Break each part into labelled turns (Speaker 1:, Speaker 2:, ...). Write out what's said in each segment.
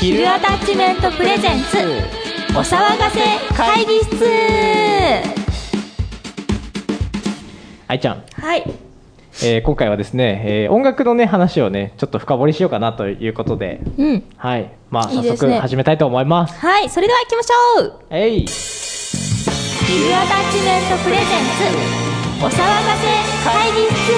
Speaker 1: ヒルアタッチメントプレゼンツお騒がせ会議室
Speaker 2: 愛ちゃん、
Speaker 1: はい
Speaker 2: えー今回はですね、えー音楽のね話をねちょっと深掘りしようかなということで
Speaker 1: うん
Speaker 2: はいまあ
Speaker 1: いい
Speaker 2: 早
Speaker 1: です
Speaker 2: 速
Speaker 1: ね
Speaker 2: 始めたいと思います
Speaker 1: はいそれでは行きましょう
Speaker 2: え
Speaker 1: ヒ
Speaker 2: い
Speaker 1: ルアタッチメントプレゼンツお騒がせ会議室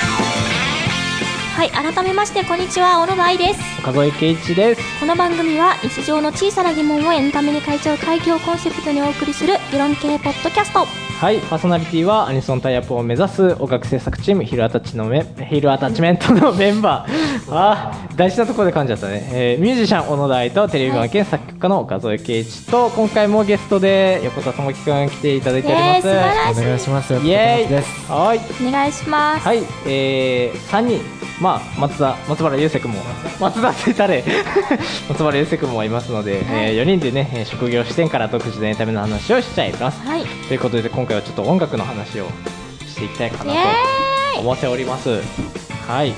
Speaker 1: はい改めましてこんにちは小野愛です
Speaker 2: 岡添圭一です
Speaker 1: この番組は日常の小さな疑問をエンタメに変えちゃう会議をコンセプトにお送りする議論系ポッドキャスト
Speaker 2: はいパーソナリティはアニソンタイアップを目指す音楽制作チームヒルアタッチのメヒルアタッチメントのメンバ ーあー大事なところで噛んじゃったね、えーミュージシャン小野田愛とテレビ番組作曲家の岡添圭一と今回もゲストで横田智樹くん来ていただいております
Speaker 1: イエーイ素晴らし
Speaker 3: お願いします。
Speaker 2: イエーイ
Speaker 3: です。
Speaker 2: はい
Speaker 1: お願いします、
Speaker 2: はい、えー、3人、まあ、松田、松原優く君も、松田って誰 松原優く君もいますので、え4人でね、えー職業視点から独自のエンタメの話をしちゃいます。
Speaker 1: はい、イ
Speaker 2: ということで、今回はちょっと音楽の話をしていきたいかな
Speaker 1: エ
Speaker 2: と
Speaker 1: ーイ
Speaker 2: 思っております。はい。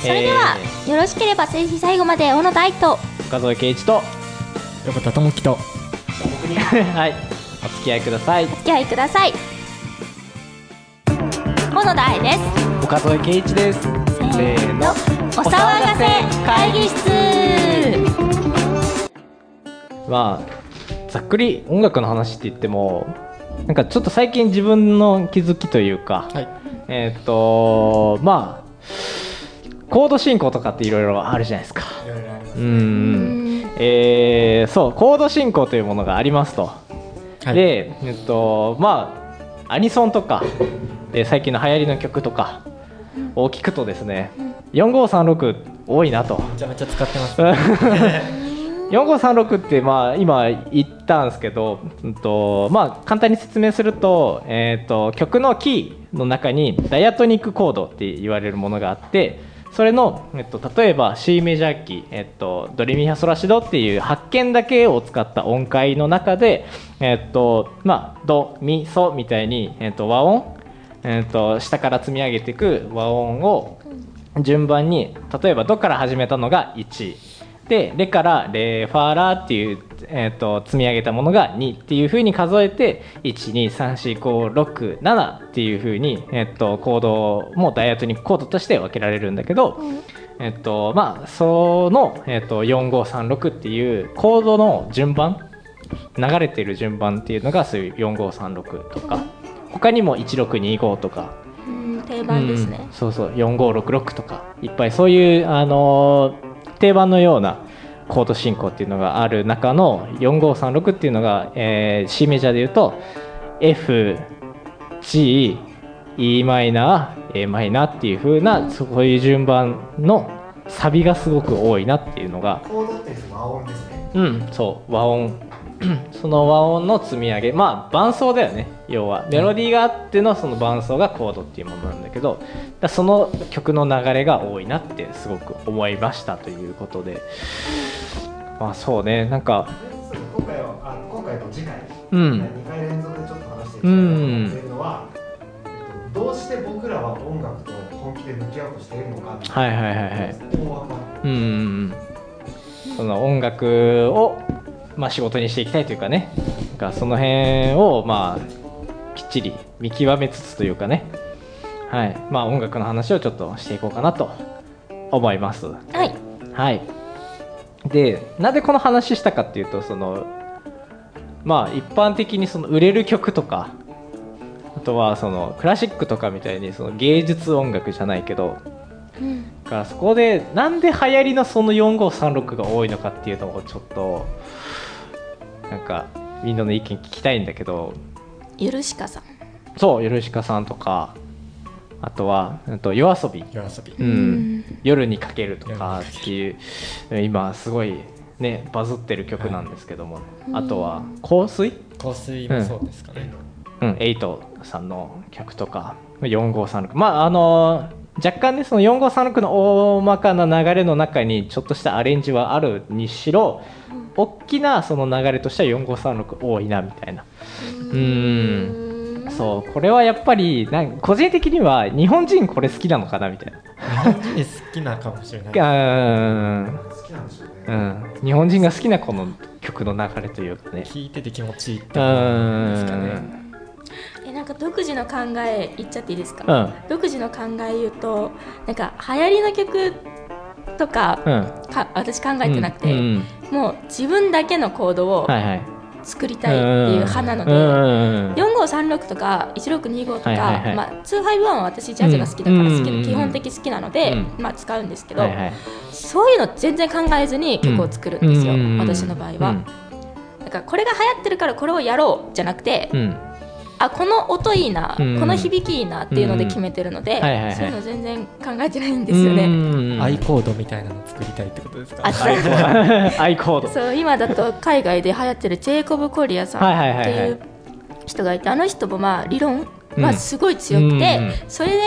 Speaker 1: それでは、よろしければぜひ最後まで小野大と
Speaker 2: えー、岡添圭一 と、
Speaker 3: 横田智樹と。
Speaker 2: はい、お付き合いください。
Speaker 1: お付き合いください小野大です
Speaker 2: 岡添圭一です。せーの、
Speaker 1: お騒がせ会議室
Speaker 2: まあざっくり音楽の話って言ってもなんかちょっと最近自分の気づきというか、
Speaker 3: はい。
Speaker 2: えーっ、とまあコード進行とかっていろいろあるじゃないですか
Speaker 3: いろいろありま
Speaker 2: うんえーそうコード進行というものがありますと、
Speaker 3: はい。
Speaker 2: でえーっ、とまあアニソンとかで最近の流行りの曲とかを聞くとですね4536多いなと。
Speaker 3: めちゃめちゃ使ってます。
Speaker 2: 4536ってまあ今言ったんですけど、うんとまあ、簡単に説明すると,、えー、と曲のキーの中にダイアトニックコードって言われるものがあってそれの、えっと、例えば C メジャーキー、えっと、ドレミファソラシドっていう発見だけを使った音階の中で、えっとまあ、ドミソみたいに、えっと、和音、えっと、下から積み上げていく和音を順番に例えば「ド」から始めたのが1で「レ」から「レファーラ」っていう、えー、と積み上げたものが2っていうふうに数えて123456っていうふうに、えー、とコードもダイアトニックコードとして分けられるんだけど、えっとまあその、えっと、4536っていうコードの順番流れてる順番っていうのがそういう4536とか他にも1625とか
Speaker 1: うん定番ですね
Speaker 2: うん、そうそう4566とかいっぱいそういう、あのー定番のようなコード進行っていうのがある中の4536っていうのが、えー C メジャーでいうと FGEmAm っていう風な、そういう順番のサビがすごく多いなっていうのが
Speaker 4: コードって和音ですね。
Speaker 2: うんそう和音 その和音の積み上げまあ伴奏だよね要はメロディーがあってのその伴奏がコードっていうものなんだけどだからその曲の流れが多いなってすごく思いましたということでまあそうねなんか
Speaker 4: 今回はあ今回と次回、
Speaker 2: うん
Speaker 4: 2回連続でちょっと話していきたいなと
Speaker 2: うん
Speaker 4: 思っているのは、えっとどうして僕らは音楽と本気で向き合おうとしているのかっていう
Speaker 2: はいはいはいはい
Speaker 4: 思惑は
Speaker 2: うんうんうんその音楽を、まあ、仕事にしていきたいというかねなんかその辺をまあきっちり見極めつつというかねはいまあ音楽の話をちょっとしていこうかなと思います
Speaker 1: はい
Speaker 2: はいでなんでこの話したかっていうとそのまあ一般的にその売れる曲とかあとはそのクラシックとかみたいにその芸術音楽じゃないけど
Speaker 1: うん
Speaker 2: だからそこでなんで流行りのその4536が多いのかっていうのをちょっとなんかみんなの意見聞きたいんだけど
Speaker 1: ゆるしかさん
Speaker 2: そうヨルシカさんとかあとはうんと夜遊び、
Speaker 3: 夜遊び。
Speaker 2: う
Speaker 1: うんん、
Speaker 2: 夜にかけるとかっていう今すごいねバズってる曲なんですけども、
Speaker 1: うん
Speaker 2: あとは香水
Speaker 3: 香水もそうですかね。
Speaker 2: うん、エイトさんの曲とか4536まああのー若干ねその4536の大まかな流れの中にちょっとしたアレンジはあるにしろ大きなその流れとしては4536多いなみたいなうん
Speaker 1: う
Speaker 2: そうこれはやっぱりなん個人的には日本人これ好きなのかなみたいな
Speaker 3: 日本人好きなかもしれない。
Speaker 2: うん
Speaker 4: 好きなんでしょうね、
Speaker 2: うん日本人が好きなこの曲の流れというかね
Speaker 3: 聞いてて気持ちいいって
Speaker 2: う
Speaker 3: こと
Speaker 2: ん
Speaker 3: ですかね。
Speaker 5: えなんか独自の考え言っちゃっていいですか、
Speaker 2: うん
Speaker 5: 独自の考え言うとなんか流行りの曲とか,、
Speaker 2: うん
Speaker 5: か私考えてなくて、
Speaker 2: うん
Speaker 5: もう自分だけのコードを
Speaker 2: はいはい
Speaker 5: 作りたいっていう派なので、
Speaker 2: の
Speaker 5: 4536とか1625とか、
Speaker 2: はいはいはい
Speaker 5: まあ、251は私ジャズが好きだから好きで、
Speaker 2: うん
Speaker 5: 基本的好きなので、
Speaker 2: う
Speaker 5: まあ、使うんですけど、
Speaker 2: はいはい
Speaker 5: そういうの全然考えずに曲を作るんですよ、
Speaker 2: うう
Speaker 5: 私の場合は、だからこれが流行ってるからこれをやろうじゃなくて、
Speaker 2: うんうん
Speaker 5: あこの音いいな、
Speaker 2: うん
Speaker 5: この響きいいなっていうので決めてるので、
Speaker 2: うんはいはいはい
Speaker 5: そういうの全然考えてないんですよね。
Speaker 2: うん
Speaker 3: アイコードみたいなの作りたいってことですか。
Speaker 5: あ
Speaker 2: アイコー アイコード
Speaker 5: そう今だと海外で流行ってるジェイコブ・コリアさ
Speaker 2: はいはい
Speaker 5: んっ
Speaker 2: は
Speaker 5: て
Speaker 2: いはい
Speaker 5: いう人がいてあの人もまあ理論
Speaker 2: うん
Speaker 5: はすごい強くて、
Speaker 2: うん
Speaker 5: それで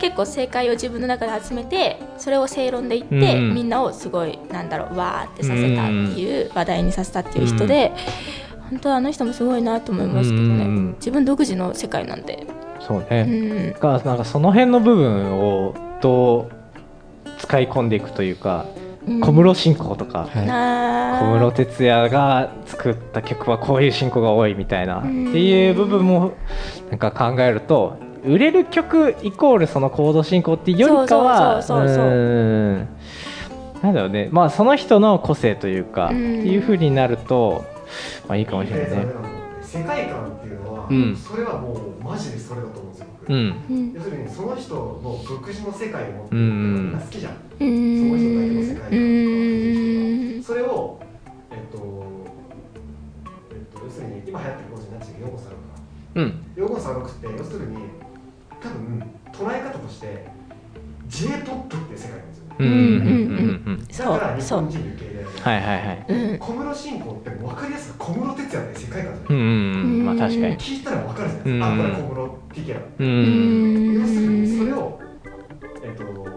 Speaker 5: 結構正解を自分の中で集めてそれを正論で言って、
Speaker 2: うん
Speaker 5: みんなをすごいなんだろうわーってさせたっていう話題にさせたっていう人で、本当はあの人もすごいなと思いますけどね、
Speaker 2: うん
Speaker 5: 自分独自の世界なんで。
Speaker 2: そう
Speaker 5: う
Speaker 2: ね
Speaker 5: ん
Speaker 2: がなんかその辺の部分をどう使い込んでいくというか
Speaker 5: うん
Speaker 2: 小室進行とか
Speaker 3: はい
Speaker 5: なあ
Speaker 2: 小室哲哉が作った曲はこういう進行が多いみたいなって
Speaker 5: ん
Speaker 2: いう部分もなんか考えると売れる曲イコールそのコード進行っていうよりかはう
Speaker 5: そうそうそうそうそう
Speaker 2: ーんなんだろうねまあその人の個性というかっ
Speaker 5: う
Speaker 2: て
Speaker 5: ん
Speaker 2: いうふうになるとまあいいかもしれないね。
Speaker 4: 世界観っていうのは、
Speaker 2: うん
Speaker 4: それはもうマジでそれだと思うんですよ、僕
Speaker 2: うん
Speaker 5: うん
Speaker 4: 要するにその人の独自の世界を持って
Speaker 2: う
Speaker 4: る
Speaker 2: ん
Speaker 4: が好きじゃん、
Speaker 5: うー
Speaker 4: その人だけの
Speaker 5: ん
Speaker 4: 世
Speaker 5: う
Speaker 4: 界
Speaker 5: ーん
Speaker 4: それをえっと、えっと、要するに今流行ってる工事になっちゃうけど4 5
Speaker 2: うん
Speaker 4: 3 6か4 5 3 6って要するに多分捉え方として j p o p っていう世界なんですよね
Speaker 2: うんうんうんうん
Speaker 5: そ
Speaker 4: だから
Speaker 5: う
Speaker 4: 日
Speaker 5: そう
Speaker 4: 本人に受け入れられる、
Speaker 2: はいはいはい
Speaker 5: うん
Speaker 4: 小室進行って分かりやすく小室哲也って世界観じゃ
Speaker 2: う
Speaker 4: な
Speaker 2: ん
Speaker 4: い、
Speaker 2: うんまあ確かに
Speaker 4: 聞いたら分かるじゃないですか、
Speaker 2: うん
Speaker 4: あこれ小室ピケだ
Speaker 2: う
Speaker 5: うー
Speaker 2: ん
Speaker 4: 要するにそ
Speaker 5: ん
Speaker 4: れを、えっと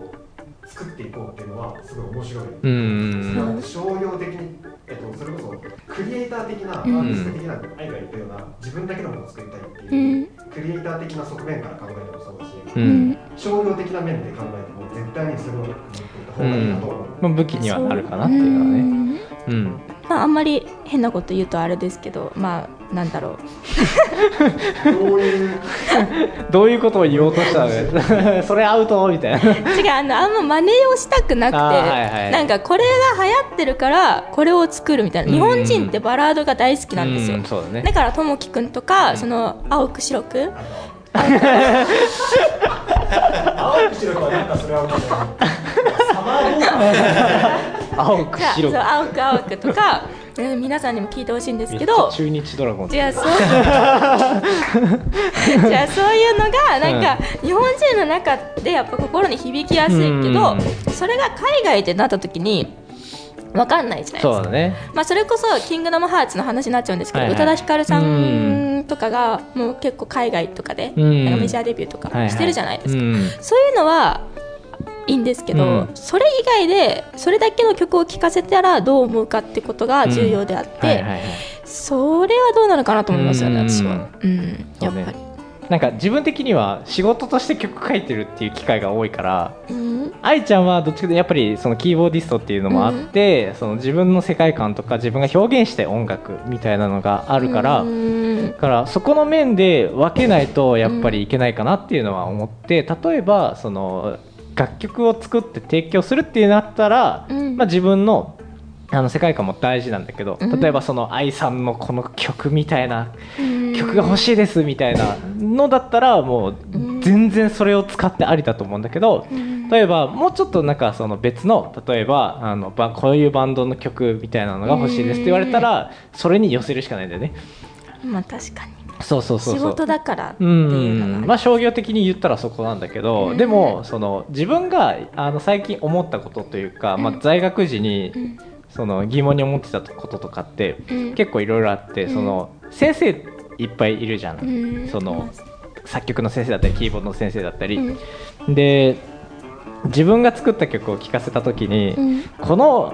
Speaker 4: 作っていこうっていうのはすごい面白い、
Speaker 2: うん
Speaker 4: 商業的に、えっとそれこそクリエイター的なアーティスト的な愛が言ったような自分だけのものを作りたいっていう、クリエイター的な側面から考えてもそうだし、
Speaker 2: うん
Speaker 4: 商業的な面で考えても絶対にそれを持っていた方がいいなと思う、
Speaker 2: まあ武器にはなるかなっていうのはね
Speaker 5: ね
Speaker 2: うん
Speaker 5: まああんまり変なこと言うとあれですけどまあなんだろう
Speaker 4: どういう
Speaker 2: どういうことを言おうとしたの それアウトみたいな。
Speaker 5: 違うあのあんま真似をしたくなくて、
Speaker 2: あーはいはい
Speaker 5: なんかこれが流行ってるからこれを作るみたいな日本人ってバラードが大好きなんですよ
Speaker 2: うそうだ
Speaker 5: だ
Speaker 2: ね。
Speaker 5: からともきくんとかその青く白く
Speaker 4: あの青く白くはなんかそれはもうサマーボーカ
Speaker 2: 青く
Speaker 5: そう
Speaker 2: 白く。
Speaker 5: 青く青くとか うん皆さんにも聞いてほしいんです
Speaker 2: め
Speaker 5: け
Speaker 2: っちゃ
Speaker 5: ど
Speaker 2: 中日ドラゴン。
Speaker 5: じゃあそう じゃあそういうのがなんか、日本人の中でやっぱ心に響きやすいけど、
Speaker 2: うん
Speaker 5: それが海外でなった時に分かんないじゃないです
Speaker 2: そう
Speaker 5: か。
Speaker 2: だね。
Speaker 5: まあ、それこそ「キングダムハーツ」の話になっちゃうんですけど、
Speaker 2: はいはい
Speaker 5: 宇多田ヒカルさ
Speaker 2: うん
Speaker 5: とかがもう結構海外とかで、
Speaker 2: うん
Speaker 5: なんかメジャーデビューとか
Speaker 2: はいはい
Speaker 5: してるじゃないですか、
Speaker 2: うん
Speaker 5: そういうのはいいんですけど、
Speaker 2: うん
Speaker 5: それ以外でそれだけの曲を聴かせたらどう思うかってことが重要であって、
Speaker 2: はいはいはい。
Speaker 5: それはどうなのかなと思いますよね、
Speaker 2: うん
Speaker 5: 私は。うん、
Speaker 2: そ
Speaker 5: やっ
Speaker 2: うね
Speaker 5: ぱり。
Speaker 2: なんか自分的には仕事として曲書いてるっていう機会が多いから。
Speaker 5: うん、
Speaker 2: 愛ちゃんはどっちかというとやっぱりそのキーボーディストっていうのもあって、その自分の世界観とか自分が表現して音楽みたいなのがあるから、
Speaker 5: うん
Speaker 2: だからそこの面で分けないとやっぱりいけないかなっていうのは思って例えばその楽曲を作って提供するってなったら、
Speaker 5: うん
Speaker 2: まあ、自分のあの世界観も大事なんだけど
Speaker 5: うん
Speaker 2: 例えばその AI さんのこの曲みたいな
Speaker 5: うん
Speaker 2: 曲が欲しいですみたいなのだったらもう全然それを使ってありだと思うんだけど
Speaker 5: うん
Speaker 2: 例えばもうちょっとなんかその別の例えばあのばこういうバンドの曲みたいなのが欲しいですって言われたらそれに寄せるしかないんだよね。
Speaker 5: まあ、確かに。
Speaker 2: そうそうそう
Speaker 5: 仕
Speaker 2: そう
Speaker 5: 事だからって
Speaker 2: う
Speaker 5: いうのがあ
Speaker 2: ん
Speaker 5: る。
Speaker 2: まあ商業的に言ったらそこなんだけど、
Speaker 5: うん
Speaker 2: でもその自分があの最近思ったことというか、まあ、在学時に
Speaker 5: うん
Speaker 2: その疑問に思ってたこととかって
Speaker 5: うん
Speaker 2: 結構いろいろあって
Speaker 5: うん
Speaker 2: その先生いっぱいいるじゃ、
Speaker 5: うんん
Speaker 2: その
Speaker 5: い
Speaker 2: 作曲の先生だったりキーボードの先生だったり、
Speaker 5: ます
Speaker 2: で自分が作った曲を聴かせた時に、
Speaker 5: うんうん
Speaker 2: この、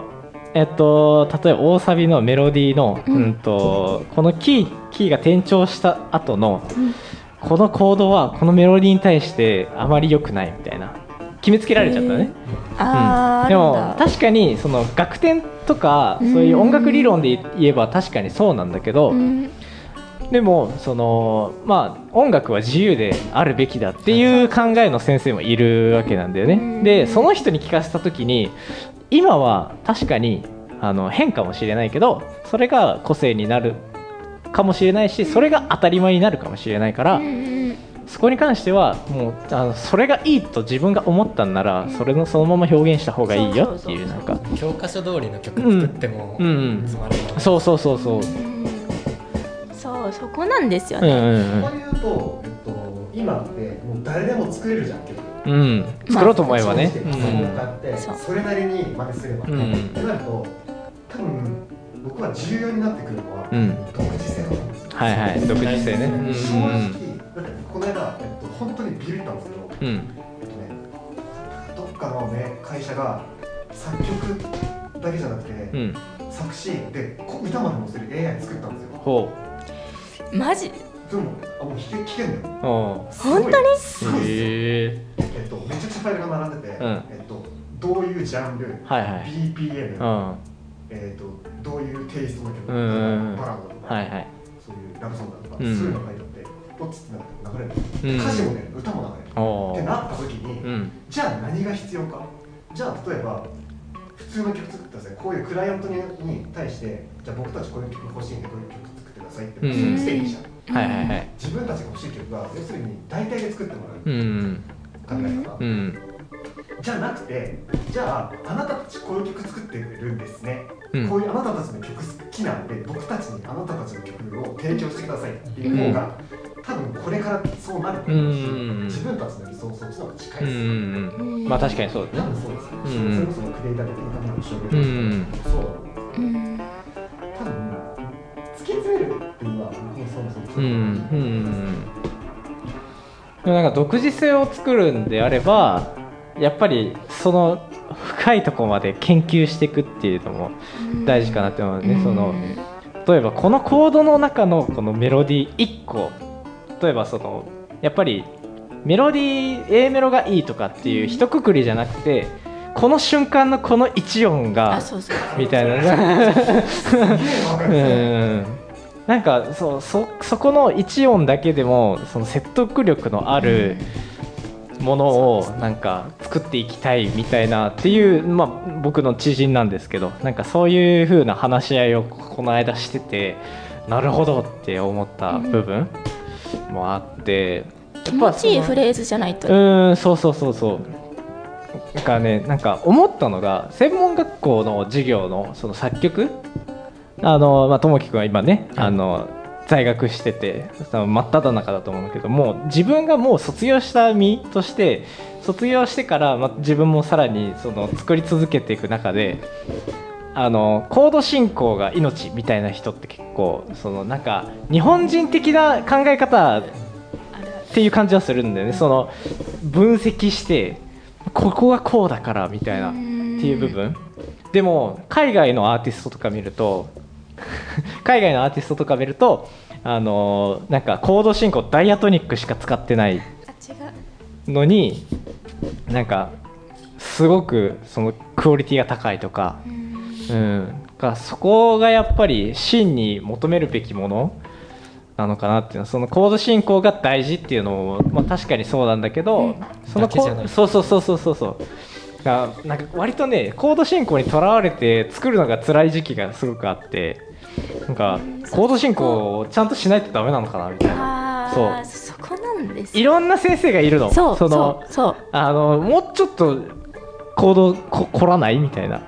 Speaker 2: えっと、例えば大サビのメロディーの、
Speaker 5: う
Speaker 2: うんんとこのキーキーが転調した後の、
Speaker 5: うん
Speaker 2: このコードはこのメロディーに対してあまり良くないみたいな決めつけられちゃったのね、
Speaker 5: あー、
Speaker 2: うん、でも
Speaker 5: あるんだ
Speaker 2: 確かにその楽天とかそういう音楽理論で言えば確かにそうなんだけど、
Speaker 5: うん
Speaker 2: でもそのまあ音楽は自由であるべきだっていう考えの先生もいるわけなんだよ
Speaker 5: うん
Speaker 2: ね。でその人に聞かせた時に今は確かにあの変かもしれないけどそれが個性になるかもしれないしそれが当たり前になるかもしれないから
Speaker 5: うん
Speaker 2: そこに関してはもうあのそれがいいと自分が思ったんならそれのそのまま表現した方がいいよっていうなんか
Speaker 3: 教科書通りの曲作っても、
Speaker 2: うんうん
Speaker 3: つまらない
Speaker 2: そうそうそうそう。
Speaker 5: うんそうそこなんですよ
Speaker 2: うんう
Speaker 5: ね、
Speaker 2: ん
Speaker 4: こういうと、えっと、今ってもう誰でも作れるじゃん曲
Speaker 2: うん、うん、作ろうと思えばね。
Speaker 4: パソ
Speaker 2: う
Speaker 4: コンを
Speaker 2: ん
Speaker 4: 買って
Speaker 5: そう
Speaker 4: それなりに真似すれば、
Speaker 2: うん
Speaker 4: ってなると多分僕は重要になってくるのは、
Speaker 2: うん
Speaker 4: 独自性なんですよ
Speaker 2: はいはい、独自性ね。う
Speaker 4: 正
Speaker 2: ん
Speaker 4: 直、だってこの間、えっと、本当にビビったんですけど、
Speaker 2: うんうん。
Speaker 4: えっとね、どっかの、ね、会社が作曲だけじゃなくて、
Speaker 2: うんうん。
Speaker 4: 作詞でこ歌まで載せる AI 作ったんですよ
Speaker 2: ほ
Speaker 5: マジ
Speaker 4: でもあもう聞け聞けんだよ
Speaker 2: う。お
Speaker 4: すごい
Speaker 5: 本当に
Speaker 4: すごいですよ、
Speaker 2: へえ。
Speaker 4: えっと、めちゃくちゃファイルが並んでて、
Speaker 2: うん
Speaker 4: えっと、どういうジャンル、
Speaker 2: はいはい。
Speaker 4: BPM、
Speaker 2: うん。は
Speaker 4: えっと、どういうテイストの曲、
Speaker 2: うんうんうん
Speaker 4: バラードとか、
Speaker 2: いはい。
Speaker 4: そういうラブソングだとか、
Speaker 2: うん
Speaker 4: そういうのが書いてあってポッつってなんか流れ
Speaker 2: う
Speaker 4: る、
Speaker 2: ん
Speaker 4: 歌詞もね歌も流れる
Speaker 2: お
Speaker 4: って
Speaker 2: お。
Speaker 4: なった時に、
Speaker 2: うん。
Speaker 4: じゃあ何が必要かじゃあ例えば普通の曲作ってくださいこういうクライアントにに対してじゃあ僕たちこういう曲欲しいんでこういう曲作ってくださいって
Speaker 2: うん
Speaker 4: ステージじゃん
Speaker 2: はいはいはい。
Speaker 4: 自分たちが欲しい曲が要するに大体で作ってもらう
Speaker 2: う
Speaker 4: 考
Speaker 2: ん。
Speaker 4: え方、
Speaker 2: うん。
Speaker 4: じゃなくてじゃああなたたちこういう曲作ってるんですね、
Speaker 2: うん
Speaker 4: こういうあなたたちの曲好きなんで僕たちにあなたたちの曲を提供してくださいっていう方が、多分これからそうなると思うし、
Speaker 2: うん
Speaker 4: 自分たちの理想をそっちの方が近いうです、
Speaker 2: ん。まあ確かにそうだ
Speaker 4: 多
Speaker 2: ね。
Speaker 4: 分そうです、
Speaker 2: うん
Speaker 4: それこそクリエイター的な話をして
Speaker 2: う
Speaker 4: る
Speaker 2: ん。
Speaker 4: そうだと思う
Speaker 5: うん
Speaker 4: 多分突き詰めるっていうのはもうそもそも
Speaker 2: うん。うん。でもなんか独自性を作るんであれば、やっぱりその深いところまで研究していくっていうのも大事かなって思うね。その。例えばこのコードの中のこのメロディー1個例えばそのやっぱりメロディー A メロがいいとかっていう一括りじゃなくてこの瞬間のこの1音が
Speaker 5: あそうそう
Speaker 2: みたいな
Speaker 4: わか
Speaker 2: う
Speaker 4: る
Speaker 2: んなんかそうそそこの1音だけでもその説得力のあるものをなんか作っていきたいみたいなっていう、まあ、僕の知人なんですけどなんかそういう風な話し合いをこの間しててなるほどって思った部分もあって
Speaker 5: 気持ちいい
Speaker 2: やっぱその
Speaker 5: フレーズじゃないうと
Speaker 2: ーんそうそうそうそうだからねなんか思ったのが専門学校の授業のその作曲あのまあ友樹君は今ね、
Speaker 3: はい
Speaker 2: あの在学しててその真っ只中だと思うんだけどもう自分がもう卒業した身として卒業してから、まあ、自分もさらにその作り続けていく中であのコード進行が命みたいな人って結構そのなんか日本人的な考え方っていう感じはするんだよねその分析してここがこうだからみたいなっていう部分でも海外のアーティストとか見ると 海外のアーティストとか見るとあのなんかコード進行ダイアトニックしか使ってない
Speaker 5: あ違う
Speaker 2: のになんかすごくそのクオリティが高いとか
Speaker 5: う
Speaker 2: う
Speaker 5: ん
Speaker 2: ん、がそこがやっぱり真に求めるべきものなのかなっていうのはそのコード進行が大事っていうのも、まあ、確かにそうなんだけど、その
Speaker 3: だけじゃない
Speaker 2: そうそうそうそうそうそうがなんか割とねコード進行にとらわれて作るのが辛い時期がすごくあってなんかコード進行をちゃんとしないとダメなのかなみたいな
Speaker 5: ああそこなんです
Speaker 2: いろんな先生がいるの
Speaker 5: そうそ
Speaker 2: の
Speaker 5: うそう
Speaker 2: あのもうちょっと行動こ凝らないみたいな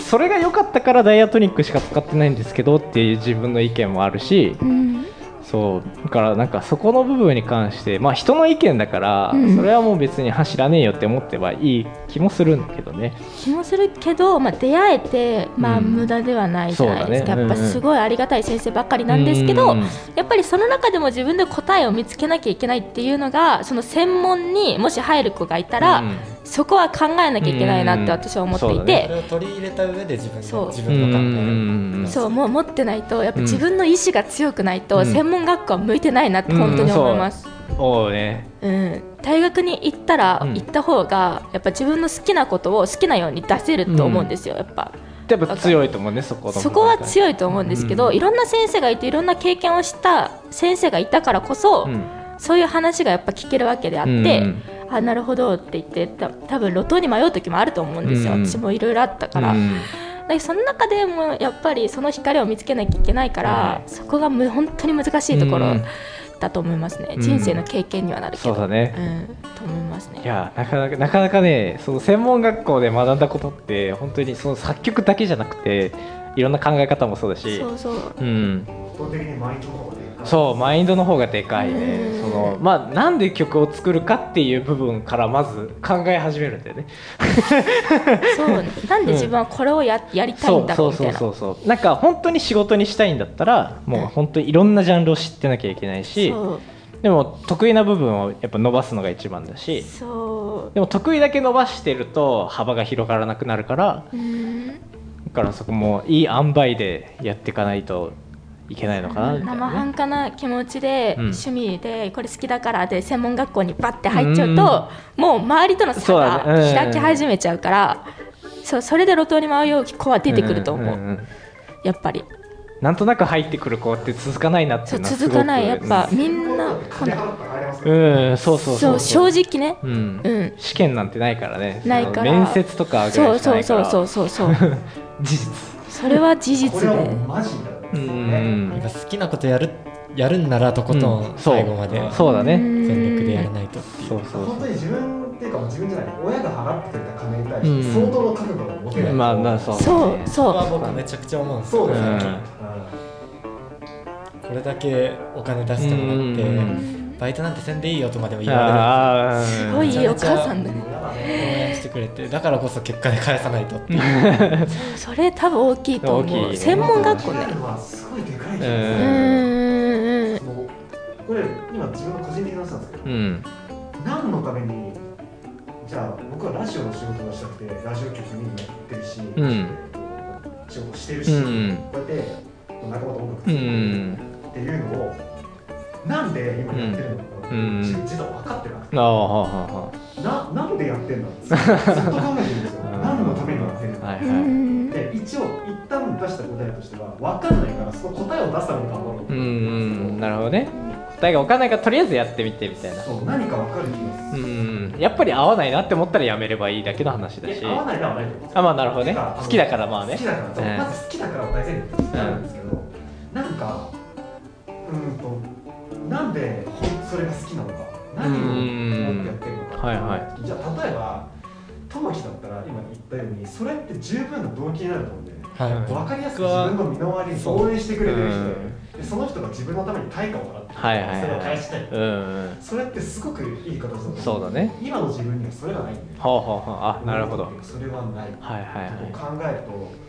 Speaker 2: それが良かったからダイアトニックしか使ってないんですけどっていう自分の意見もあるし
Speaker 5: うん
Speaker 2: そうだからなんかそこの部分に関してまあ人の意見だから
Speaker 5: うん
Speaker 2: それはもう別に走らねえよって思ってはいい気もするんだけどね
Speaker 5: 気もするけど、まあ、出会えて、まあ、
Speaker 2: うん
Speaker 5: 無駄ではないじゃないです
Speaker 2: そ
Speaker 5: か、
Speaker 2: うだね
Speaker 5: やっぱ
Speaker 2: うんうん
Speaker 5: すごいありがたい先生ばっかりなんですけど、
Speaker 2: うん
Speaker 5: やっぱりその中でも自分で答えを見つけなきゃいけないっていうのがその専門にもし入る子がいたら、
Speaker 2: うん
Speaker 5: そこは考えなきゃいけないなって私は思ってい
Speaker 2: うん
Speaker 5: て
Speaker 3: そ、れを取り入れた上で自分
Speaker 5: そう
Speaker 3: の自分の考え
Speaker 2: うん
Speaker 3: を
Speaker 5: そうもう持ってないとやっぱ自分の意志が強くないと、
Speaker 2: うん
Speaker 5: 専門学校は向いてないなって本当に思います、
Speaker 2: おうね
Speaker 5: うん大学に行ったら、
Speaker 2: うん
Speaker 5: 行った方がやっぱ自分の好きなことを好きなように出せると思うんですよ、やっぱ
Speaker 2: やっぱ強いと思うねそこの
Speaker 5: そこは強いと思うんですけど、
Speaker 2: うん
Speaker 5: いろんな先生がいていろんな経験をした先生がいたからこそ、
Speaker 2: うん
Speaker 5: そういう話がやっぱ聞けるわけであって、
Speaker 2: うん
Speaker 5: あなるほどって言ってた多分路頭に迷う時もあると思うんですよ、
Speaker 2: うん
Speaker 5: 私もいろいろあったから、
Speaker 2: うん
Speaker 5: だけどその中でもやっぱりその光を見つけなきゃいけないから、
Speaker 2: は
Speaker 5: そこがむ本当に難しいとこ
Speaker 2: う
Speaker 5: ろ
Speaker 2: ん
Speaker 5: だと思いますね、
Speaker 2: うん
Speaker 5: 人生の経験にはなるけ
Speaker 2: そ
Speaker 5: ど
Speaker 2: うだね、
Speaker 5: うん、と思いますね
Speaker 2: いやなかなかなかなかねその専門学校で学んだことって本当にその作曲だけじゃなくていろんな考え方もそうだし
Speaker 5: そうそう
Speaker 2: うん、
Speaker 4: 圧倒的にマインドの方がでかい
Speaker 2: そうマインドの方がでかいね
Speaker 5: う
Speaker 2: そ
Speaker 5: ん
Speaker 2: の、まあ、なんで曲を作るかっていう部分からまず考え始めるんだよね
Speaker 5: そうなんで自分はこれをややりたい
Speaker 2: そ
Speaker 5: ん
Speaker 2: う
Speaker 5: だろ
Speaker 2: そうう
Speaker 5: み
Speaker 2: そう
Speaker 5: たいな
Speaker 2: そうそうなんか本当に仕事にしたいんだったらもう本当にいろんなジャンルを知ってなきゃいけないし
Speaker 5: そう
Speaker 2: でも得意な部分をやっぱ伸ばすのが一番だし
Speaker 5: そ
Speaker 2: でも得意だけ伸ばしてると幅が広がらなくなるから
Speaker 5: ううん
Speaker 2: だからそこもいい塩梅でやっていかないといけないのかなみたい
Speaker 5: 生
Speaker 2: なね、
Speaker 5: 半可な気持ちで、
Speaker 2: うん
Speaker 5: 趣味でこれ好きだからで専門学校にバッて入っちゃうと、もう周りとの差が
Speaker 2: そうだねうん
Speaker 5: 開き始めちゃうからそうそれで路頭に迷う子は出てくると思う、
Speaker 2: んんん
Speaker 5: やっぱり
Speaker 2: なんとなく入ってくる子って続かないなってい
Speaker 5: そ
Speaker 2: う
Speaker 5: う
Speaker 2: のは
Speaker 5: 続かないや
Speaker 2: す
Speaker 5: っ
Speaker 2: ごく
Speaker 5: ぱみんな
Speaker 4: こんな払ったらありますか
Speaker 2: うんそうそうそう
Speaker 5: そう正直ね
Speaker 2: うん
Speaker 5: うん
Speaker 2: 試験なんてないからね
Speaker 5: ないから
Speaker 2: その面接とかぐ
Speaker 5: そ
Speaker 2: ら
Speaker 5: う
Speaker 2: いしか
Speaker 5: そ
Speaker 2: な
Speaker 5: う
Speaker 2: いか
Speaker 5: そう
Speaker 2: ら
Speaker 5: そううそうそう
Speaker 2: 事実
Speaker 5: それは事
Speaker 4: こ
Speaker 5: 実
Speaker 4: れはも
Speaker 5: で
Speaker 4: うマジだよね
Speaker 2: うん
Speaker 4: ね
Speaker 3: やっぱ好きなことやるやるんならとこと
Speaker 2: うん
Speaker 3: ん
Speaker 2: そう
Speaker 3: 最後まで
Speaker 2: そうだ
Speaker 5: う
Speaker 2: ね
Speaker 5: ん
Speaker 3: 全力でやらないとっていう
Speaker 2: そうそう
Speaker 4: 本当に自分っていうか自分じゃない親が払ってくれた金に対
Speaker 2: うん
Speaker 4: して相当の覚悟を持てないと
Speaker 2: まあまあそう
Speaker 5: そう
Speaker 3: ここは
Speaker 5: そ
Speaker 3: 僕めちゃくちゃ思うんです
Speaker 4: そう
Speaker 3: よ
Speaker 4: ですね
Speaker 2: うん
Speaker 3: これだけお金出してもらっ
Speaker 2: う
Speaker 5: う、うん
Speaker 3: て
Speaker 5: ん
Speaker 3: バイトなんてせんでいいよとまでも言わ
Speaker 2: あー
Speaker 5: すごいいいお母さんだ
Speaker 4: う
Speaker 5: ね
Speaker 4: んだから
Speaker 3: れ
Speaker 4: ね
Speaker 3: る応援してくれてだからこそ結果で返さないとっていう
Speaker 5: それ多分大きいと思
Speaker 2: 大き
Speaker 5: う
Speaker 2: い
Speaker 5: 専門学校ね
Speaker 4: はすごいでかい気がす
Speaker 2: う
Speaker 5: うー
Speaker 4: る
Speaker 5: んうん
Speaker 4: もうこれ今自分の個人的な話なんですけど
Speaker 2: うん
Speaker 4: 何のためにじゃあ僕はラジオの仕事がしたくてラジオ局にもやってるし、
Speaker 2: うん
Speaker 4: 仕事してる
Speaker 2: う
Speaker 4: し、
Speaker 2: ん
Speaker 4: こうやって仲間と
Speaker 2: う
Speaker 4: 音楽作ってる
Speaker 2: ん
Speaker 4: っていうのを、なんで今やってるのか、
Speaker 2: うん
Speaker 4: 自分実は分かってなくて
Speaker 2: ああはあは
Speaker 4: ななんでやって んだってずっと考えてるんですよ
Speaker 2: うん
Speaker 4: 何のためにやってるの
Speaker 2: あ
Speaker 4: か、
Speaker 2: はいうは
Speaker 5: ん
Speaker 4: で一応一旦出した答えとしては分かんないからその答えを出すために頑張ろう
Speaker 2: い
Speaker 4: と
Speaker 2: う
Speaker 4: 思って
Speaker 2: んなるほどね答えが分かんないからとりあえずやってみてみたいな
Speaker 4: そう何か分かる気がする
Speaker 2: うんやっぱり合わないなって思ったらやめればいいだけの話だ
Speaker 4: い
Speaker 2: し
Speaker 4: や合わないのはないと思うんですよ
Speaker 2: あまあなるほどね
Speaker 4: てかあの
Speaker 2: 好きだからまあね
Speaker 4: 好きだからそう
Speaker 2: うん
Speaker 4: まず好きだからは大前提になるんですけど、なんかうーんとなんでほんそれが好きなのか何を思ってやってるのか
Speaker 2: うんはいはい
Speaker 4: じゃあ例えば友樹だったら今言ったようにそれって十分な動機になると思うんで
Speaker 3: はい
Speaker 4: 分かりやすく
Speaker 3: 僕は
Speaker 4: 自分の身の回りに応援してくれてる人
Speaker 2: そう
Speaker 4: でその人が自分のために対価を払って
Speaker 2: はいはいはい
Speaker 4: それを返したい
Speaker 2: うん
Speaker 4: それってすごくいい形だと思う
Speaker 2: そうだね
Speaker 4: 今の自分にはそれがないんで
Speaker 2: ほうほうほうあなるほどはい
Speaker 4: それはない
Speaker 2: はいは
Speaker 4: 考えると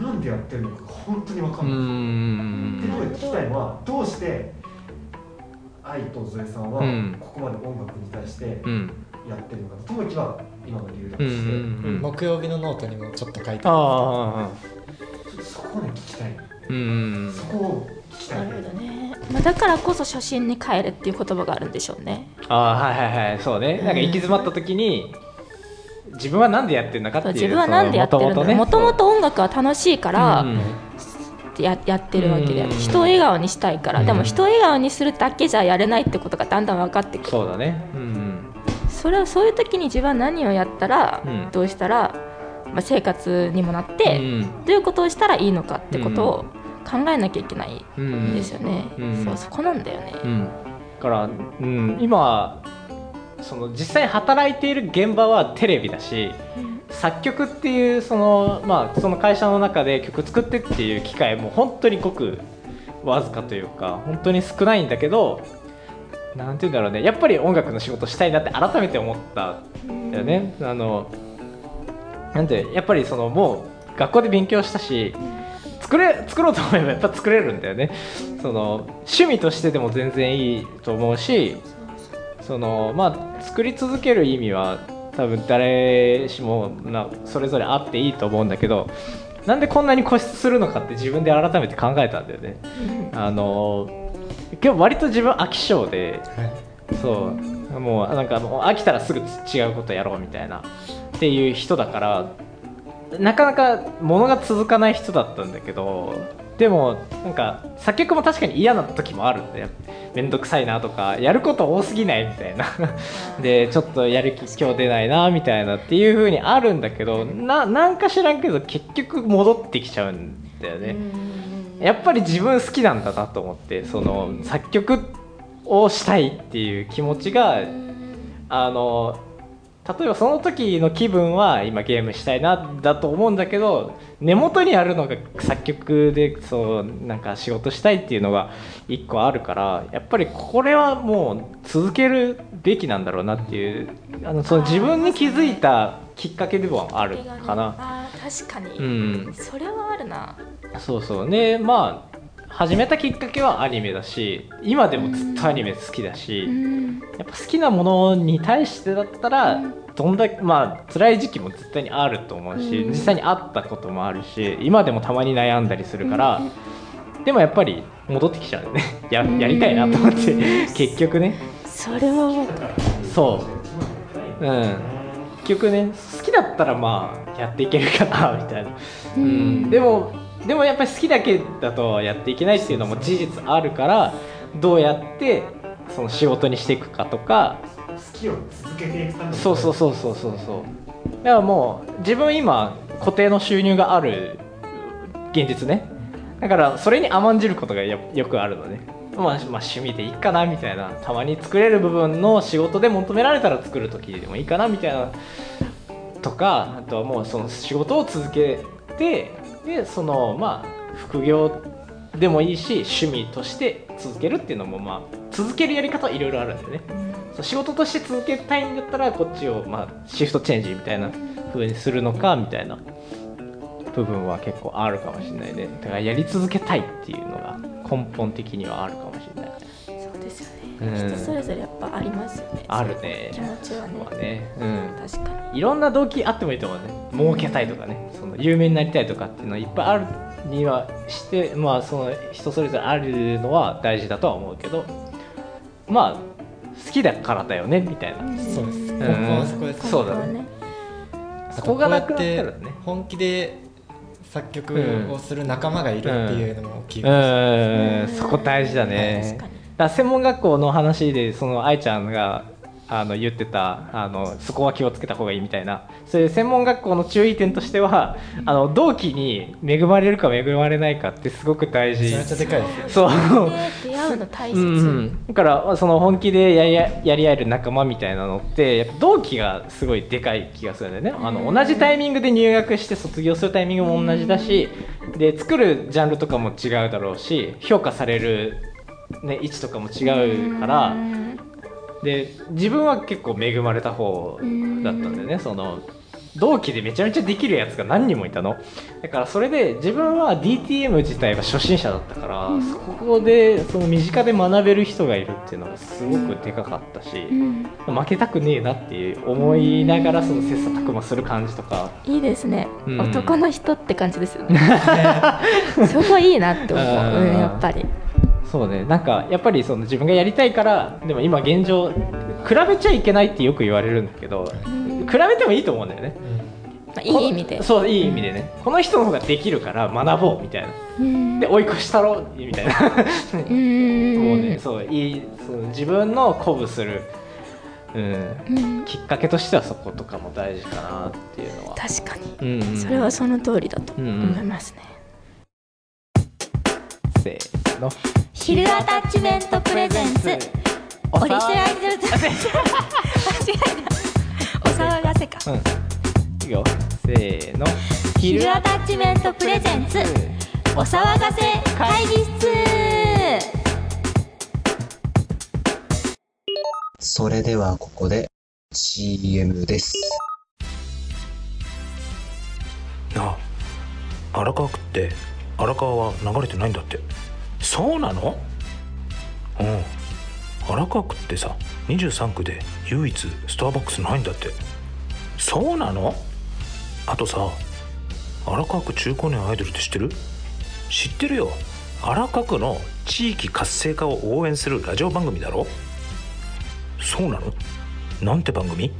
Speaker 4: なんでやってるのかが本当に分か
Speaker 2: いうん
Speaker 4: ない。ってこと
Speaker 2: ん
Speaker 4: で聞きたいのはどうして愛とゾエさんは
Speaker 2: うん
Speaker 4: ここまで音楽に対して
Speaker 2: うん
Speaker 4: やってるのかと、ともきは今の理由だと
Speaker 2: う
Speaker 4: して、
Speaker 2: ん
Speaker 3: 木曜日のノートにもちょっと書いて
Speaker 2: あ
Speaker 3: あ
Speaker 2: あ
Speaker 4: ちょっとそこをね聞きたい
Speaker 2: うん
Speaker 4: そこを聞きた
Speaker 5: ないるほどね、まあ、だからこそ初心に帰れっていう言葉があるんでしょうね
Speaker 2: ああはいはいはいそうねなんか行き詰まった時に自分はなんでやってるのかっていう
Speaker 5: 自分は何でやってるんだろうもともと音楽は楽しいからややってるわけで
Speaker 2: うん
Speaker 5: 人を笑顔にしたいから
Speaker 2: うん
Speaker 5: でも人を笑顔にするだけじゃやれないってことがだんだん分かってくる
Speaker 2: そうだねうん
Speaker 5: それはそういう時に自分は何をやったら
Speaker 2: うん
Speaker 5: どうしたら、まあ、生活にもなっ
Speaker 2: う
Speaker 5: て
Speaker 2: ん
Speaker 5: どういうことをしたらいいのかってことを考えなきゃいけない
Speaker 2: うんん
Speaker 5: ですよね、
Speaker 2: うん
Speaker 5: そうそこなんだよね
Speaker 2: うん、だから、うん、今その実際に働いている現場はテレビだし作曲っていうその,、まあ、その会社の中で曲作ってっていう機会も本当にごくわずかというか本当に少ないんだけどなんて言うんだろうねやっぱり音楽の仕事したいなって改めて思ったんだよね。あのなんてやっぱりそのもう学校で勉強したし作れ作ろうと思えばやっぱ作れるんだよね。その趣味としてでも全然いいと思うしそのまあ作り続ける意味は多分誰しもなそれぞれあっていいと思うんだけどなんでこんなに固執するのかって自分で改めて考えたんだよね。あの今日割と自分飽き性でそうもうなんかもう飽きたらすぐ違うことやろうみたいなっていう人だからなかなか物が続かない人だったんだけどでもなんか作曲も確かに嫌な時もあるんだよ面倒くさいなとかやること多すぎないみたいなでちょっとやる気今日出ないなみたいなっていう風にあるんだけどななんか知らんけど結局戻ってきちゃうんだよね。やっぱり自分好きなんだなと思ってその作曲をしたいっていう気持ちがあの例えばその時の気分は今ゲームしたいなだと思うんだけど根元にあるのが作曲でそうなんか仕事したいっていうのが一個あるからやっぱりこれはもう続けるべきなんだろうなっていうあのその自分に気づいたきっかけでもあるかな。
Speaker 5: あー確かに、
Speaker 2: うん
Speaker 5: それはあるな
Speaker 2: そうそうねまあ始めたきっかけはアニメだし今でもずっとアニメ好きだし、
Speaker 5: うん
Speaker 2: やっぱ好きなものに対してだったらどんだけまあ辛い時期も絶対にあると思うし、
Speaker 5: うん
Speaker 2: 実際にあったこともあるし今でもたまに悩んだりするから、でもやっぱり戻ってきちゃうよね ややりたいなと思って、結局ね
Speaker 5: それはわかる
Speaker 2: そううん結局ね好きだったらまあやっていけるかなみたいな、うんでもでもやっぱり好きだけだとやっていけないっていうのも事実あるからどうやってその仕事にしていくかとか
Speaker 4: 好きを続けていくために
Speaker 2: そうそうそうそうそうそうだからもう自分今固定の収入がある現実ねだからそれに甘んじることがよよくあるのね、まあ、まあ趣味でいいかなみたいなたまに作れる部分の仕事で求められたら作る時でもいいかなみたいなとかあとはもうその仕事を続けてでそのまあ副業でもいいし趣味として続けるっていうのもまあ続けるやり方はいろいろあるんだよねそう仕事として続けたいんだったらこっちを、まあ、シフトチェンジみたいな風にするのかみたいな部分は結構あるかもしれないねだからやり続けたいっていうのが根本的にはあるかもしれない
Speaker 5: そうですよ
Speaker 2: うん
Speaker 5: ね、人それぞれやっぱありますよね
Speaker 2: あるね
Speaker 5: 気持ちはね
Speaker 2: まあねうん
Speaker 5: 確かに
Speaker 2: いろんな動機あってもいいと思うね儲けたいとかねその有名になりたいとかっていうのはいっぱいあるにはしてまあその人それぞれあるのは大事だとは思うけどまあ好きだからだよねみたいな、
Speaker 3: そうです
Speaker 2: ん
Speaker 3: 根本はそこです
Speaker 2: そうだねそこがなくなったら
Speaker 3: あとこう
Speaker 2: ね
Speaker 3: やって本気で作曲をする仲間がいるっていうのも大きいです、
Speaker 2: うんそこ大事だね
Speaker 5: 確かに
Speaker 2: だから専門学校の話でその愛ちゃんがあの言ってたあのそこは気をつけた方がいいみたいなそういう専門学校の注意点としてはあの同期に恵まれるか恵まれないかってすごく大事
Speaker 3: めちゃめちゃでかいですよ
Speaker 2: そう
Speaker 5: ね出会うの大
Speaker 2: う
Speaker 5: 切、
Speaker 2: んうん、だからその本気でやり合やり合える仲間みたいなのってやっぱ同期がすごいでかい気がするんだよねあの同じタイミングで入学して卒業するタイミングも同じだしで作るジャンルとかも違うだろうし評価される、ね、位置とかも違うからで自分は結構恵まれた方だったんだよねその同期でめちゃめちゃできるやつが何人もいたのだからそれで自分は DTM 自体は初心者だったから、そこでその身近で学べる人がいるっていうのがすごくでかかったし、負けたくねえなっていう思いながらその切磋琢磨する感じとか、
Speaker 5: いいですね、
Speaker 2: うん
Speaker 5: 男の人って感じですよ ねそこいいなって思う、うん、やっぱり
Speaker 2: そうねなんかやっぱりその自分がやりたいからでも今現状比べちゃいけないってよく言われるんだけど比べてもいいと思うんだよね
Speaker 5: まあいい意味で
Speaker 2: こそういい意味でね、この人の方ができるから学ぼうみたいな、
Speaker 5: うん
Speaker 2: で追い越したろみたいな
Speaker 5: うーん
Speaker 2: もうねそういいそう自分の鼓舞する、うんきっかけとしてはそことかも大事かなっていうのは、
Speaker 5: 確かに、
Speaker 2: うんうん
Speaker 5: それはその通りだと
Speaker 2: うんうん
Speaker 5: 思いますね、
Speaker 2: せーの
Speaker 1: ヒルアタッチメントプレゼンツオリジナルズ
Speaker 5: お騒がせか
Speaker 2: うんいいよせーの
Speaker 1: ヒルアタッチメントプレゼンツお騒がせ会議室
Speaker 6: それではここで CM です。
Speaker 7: なあ荒川区って荒川は流れてないんだってそうなのうん荒川区ってさ23区で唯一スターバックスないんだってそうなのあとさ荒川区中高年アイドルって知ってる知ってるよ荒川区の地域活性化を応援するラジオ番組だろそうなのなんて番組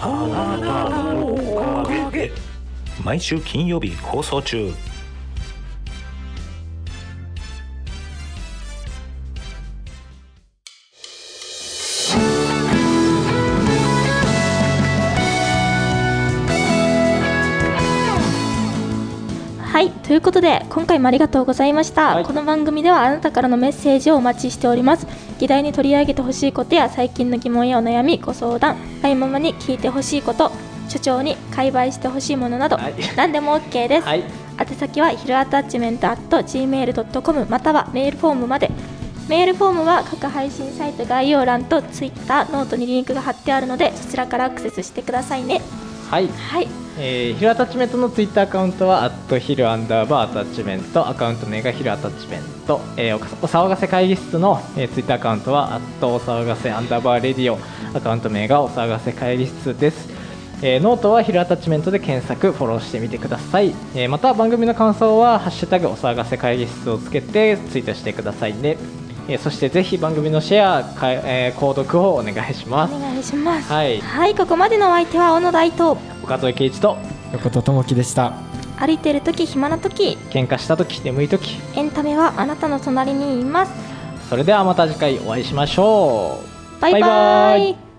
Speaker 7: あなたのおかげで毎週金曜日放送中
Speaker 5: はいということで今回もありがとうございました、
Speaker 2: はい
Speaker 5: この番組ではあなたからのメッセージをお待ちしております議題に取り上げてほしいことや最近の疑問やお悩みご相談あいままに聞いてほしいこと所長に解売してほしいものなど、
Speaker 2: はい
Speaker 5: 何でも OK です、
Speaker 2: はい
Speaker 5: 宛先はヒルアタッチメント at gmail.com またはメールフォームまでメールフォームは各配信サイト概要欄と Twitter ノートにリンクが貼ってあるのでそちらからアクセスしてくださいね
Speaker 2: はい
Speaker 5: はい
Speaker 2: えー、ヒルアタッチメントのツイッターアカウントは、アットヒルアンダーバーアタッチメント、アカウント名がヒルアタッチメント、えーおかお騒がせ会議室の、えーツイッターアカウントは、アットお騒がせアンダーバーレディオ、アカウント名がお騒がせ会議室です。えーノートはヒルアタッチメントで検索、フォローしてみてください。えーまた番組の感想は、ハッシュタグお騒がせ会議室をつけてツイートしてくださいね。えーそしてぜひ番組のシェア、かえー購読をお願いしま
Speaker 5: お
Speaker 2: す。
Speaker 5: 願いします
Speaker 2: はい
Speaker 5: はい、ここまでのお相手は小野大東
Speaker 2: 岡添圭一と、
Speaker 3: 横田智樹でした
Speaker 5: 歩いてる時暇な時
Speaker 2: 喧嘩したとき、眠いとき、
Speaker 5: エンタメはあなたの隣にいます
Speaker 2: それではまた次回お会いしましょう
Speaker 5: バイバイ
Speaker 2: バイバイ